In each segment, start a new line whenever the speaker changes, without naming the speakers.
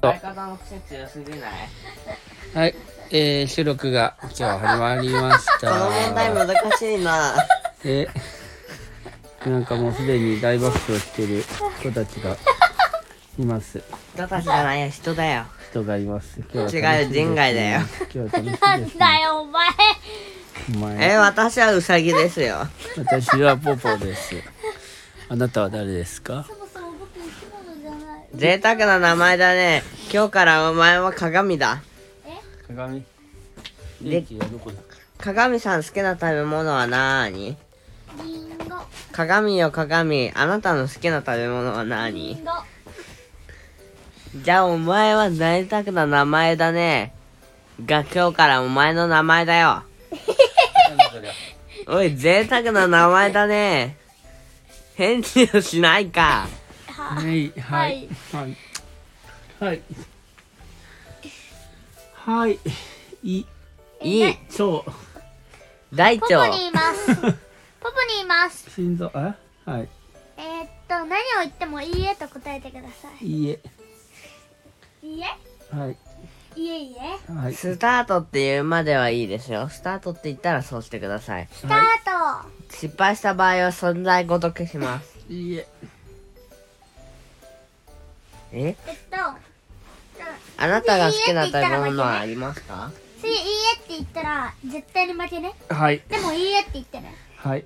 体の癖強すぎない
はい、えー、収録が今日始まりまし
この問題
た。
難しいな
え、なんかもうすでに大爆笑してる人たちがいます。
人たちじゃないよ人だよ
人がいます。今
違うよ人外だよ
今日は楽しいです
なんだよお前
お前
え、私はウサギですよ
私はポポです。あなたは誰ですか
そもそも僕生き物じゃない
贅沢な名前だね今日からお前は鏡だ
鏡。
で
電気はどこだ
鏡さん好きな食べ物はなーに
リンゴ
鏡よ鏡あなたの好きな食べ物はなーに
リンゴ
じゃあお前はなりたくな名前だねが今日からお前の名前だよ
なんだそれ
おい贅沢な名前だね返事をしないか
は
はい、は
はいい、
はい、はい、はい、い、
いい
そう。
大
ポ
腸
ポにいますポポにいます
心臓えはい
えー、っと何を言ってもいいえと答えてくださ
いいえ
いいいえ
はい
いえいえ
はい
スタートって言うまではいいですよスタートって言ったらそうしてください
スタート、
失敗した場合は存在ごと消します
いいえ
え
えっと
あなたが好きな食べ物はありますか
次いいえって言ったら絶対に負けね
はい
でもいいえって言ってね
はい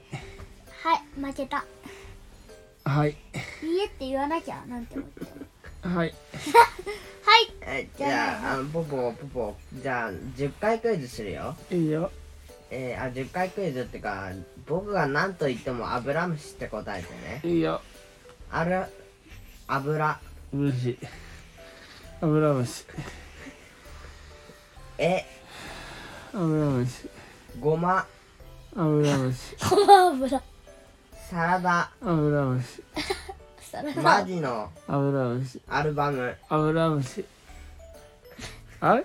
はい負けた
はい
いいえって言わなきゃなんて思って
はい
はい
えじゃああのポポポポじゃあ10回クイズするよ
いいよ
えー、あ10回クイズってか僕が何と言ってもアブラムシって答えてね
いいよ
あるアブラ
無事アブラムシ
え
アブラムシ
ごま
アブラムシ
ごま 油
サラダ
アブラムシ
サラ
マジの
アブラムシ
アルバム
アブラムシあれ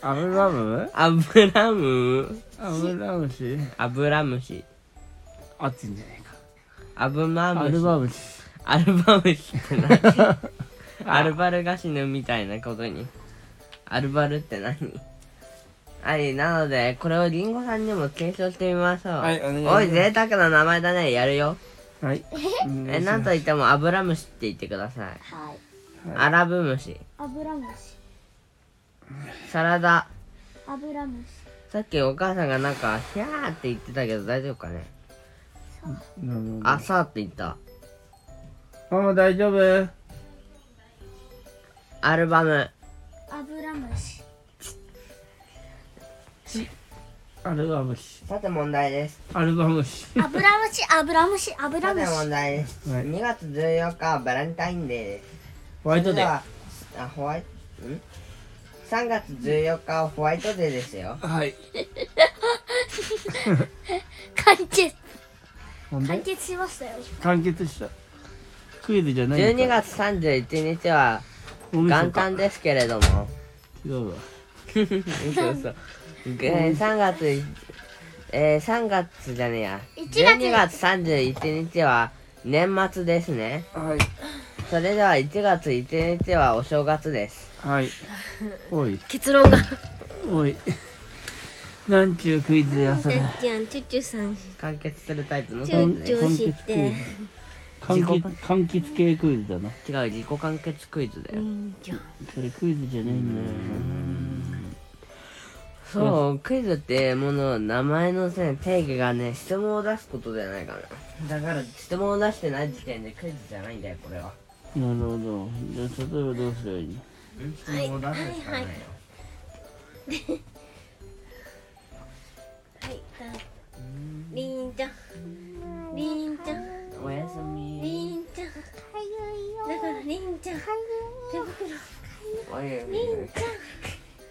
アブラム
アブラム
アブラムシ
アブラムシ
あってんじゃないか
アブマ
アル
ムシ
バムシ
アルバムシって何 アルバルが死ぬみたいなことにアルバルって何はい、なので、これをリンゴさんにも継承してみましょう。
はいお願いします
おい、贅沢な名前だね。やるよ。
はい
え、なんと言ってもアブラムシって言ってください。
はい
アラブムシ、
油虫
サラダ。
油虫
さっきお母さんがなんか、ひゃーって言ってたけど大丈夫かね
うん
あ、さーって言った。
ママ大丈夫
アルバム、
油虫
アルバムシ
さて問題です。
アルバムシ
油虫油虫油
さて
虫
問題です。
はい
2月14日はバレンタインデーです。
ホワイトデ
で
ー
はあ、ホワイト、ん ?3 月14日はホワイトデーですよ。
はい
完結
ほん
完
で
結しましたよ
完結したクイズじゃない
12月31日は元旦ですけれども、
違うわ
嘘嘘。えー、3月、えー、3月じゃねえや。
1月
12月31日は年末ですね。
はい
それでは1月1日はお正月です。
はいおい
結論が。
おいなんちゅうクイズで遊べ
じゃん、チュッチュさん。
完結するタイプのク
ちょ
イ
い
ズ
ちょ
ね
い。
完結クイズ完
自己
結完結系クイズだな
違う、自己完結クイズだよ。
それクイズじゃないんだよ
そう、クイズってものは名前のね、定義がね、質問を出すことじゃないかな。だから、質問を出してない時点でクイズじゃないんだよ、これは。
ななるほどじゃあ例えばどうすればいいの
質問を出すしかないよ。
はい、りんちゃん。りんちゃん。
おやすみ。
りんちゃん。
かゆいよ
だから、りんちゃん。手袋。
おやすみ。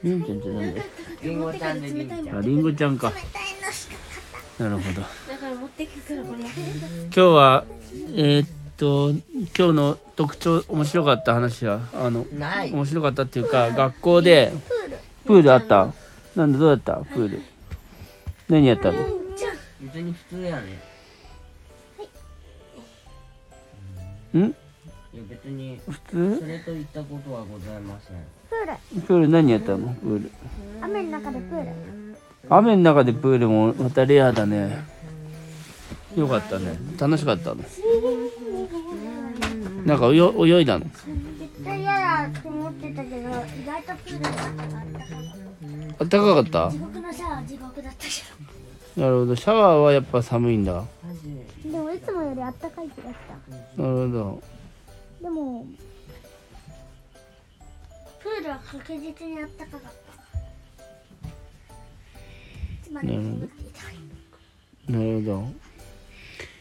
りんちゃんってなんだよ
りんごちゃんでりんちゃん。
ありんごちゃんか
みたいなしか
なるほど
だから、持ってくから、これ。
今日はえーっと今日の特徴面白かった話はあの
ない。
面白かったっていうか学校でプールあったなんだどうだったプール何やったの
りんちゃん。
別に普通やね。
ん
いや別に
普通
それといったことはございません
プール
プール何やったのプール
雨の中でプール
雨の中でプールもまたレアだねよかったね楽しかったのなんか泳い泳いだの
絶対嫌だと思ってたけど意外とプールの中があったから
あったかかった
地獄のシャワーは地獄だったけ
なるほどシャワーはやっぱ寒いんだな
どでもいつもよりあったかい気がし
る
た
ほど
でもプールは確実にあったかかったつまり
なるほどなるほど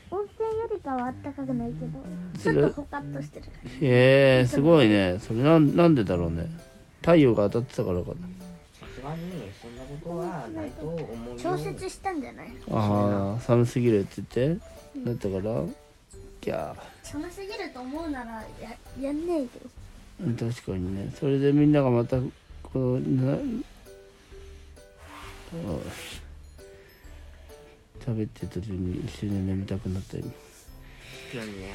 温泉よりかはあったかくないけど
そ
ち
れ
ょっとほかっとしてる感じ
へえすごいねそれなんなんでだろうね太陽が当たってたからかな
さすがにそんなことはないと思うよ
調節したんじゃない
ああ寒すぎるって言ってなったからギャー
寒すぎると思うならややんねえけど
うん確かにねそれでみんながまたこうなおい食べてた時に一緒に眠たくなったり
今日ね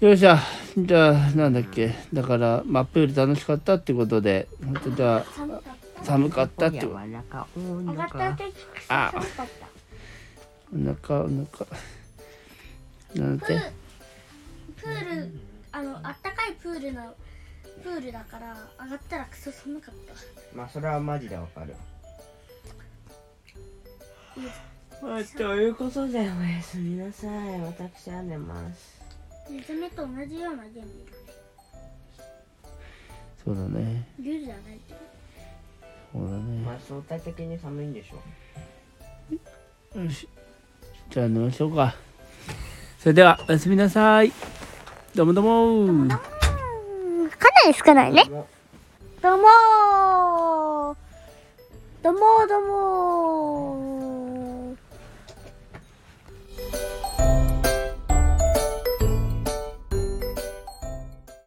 よっしゃじゃあなんだっけだからまあプール楽しかったってことでほんとじゃ
寒かった
あ寒かったっ
柔
てことお
らかおう
上が
の
った
か
時
あ
寒かった
腹お腹なんだっ
プー
て
ルプールあのあったかいプールのプールだから上がったらクソ寒かった
まあそれはマジでわか る
いや
はい、ということでおやすみなさい。私は寝ます。
ネズミと同じような原理
そうだね
ルールじゃないけど
そうだ
ま
ね
あ相対的に寒いんでしょ
よしじゃあ寝ましょうかそれではおやすみなさいどうもどうも
かなり少ないね
う。もう
どうもーどうもーどうもー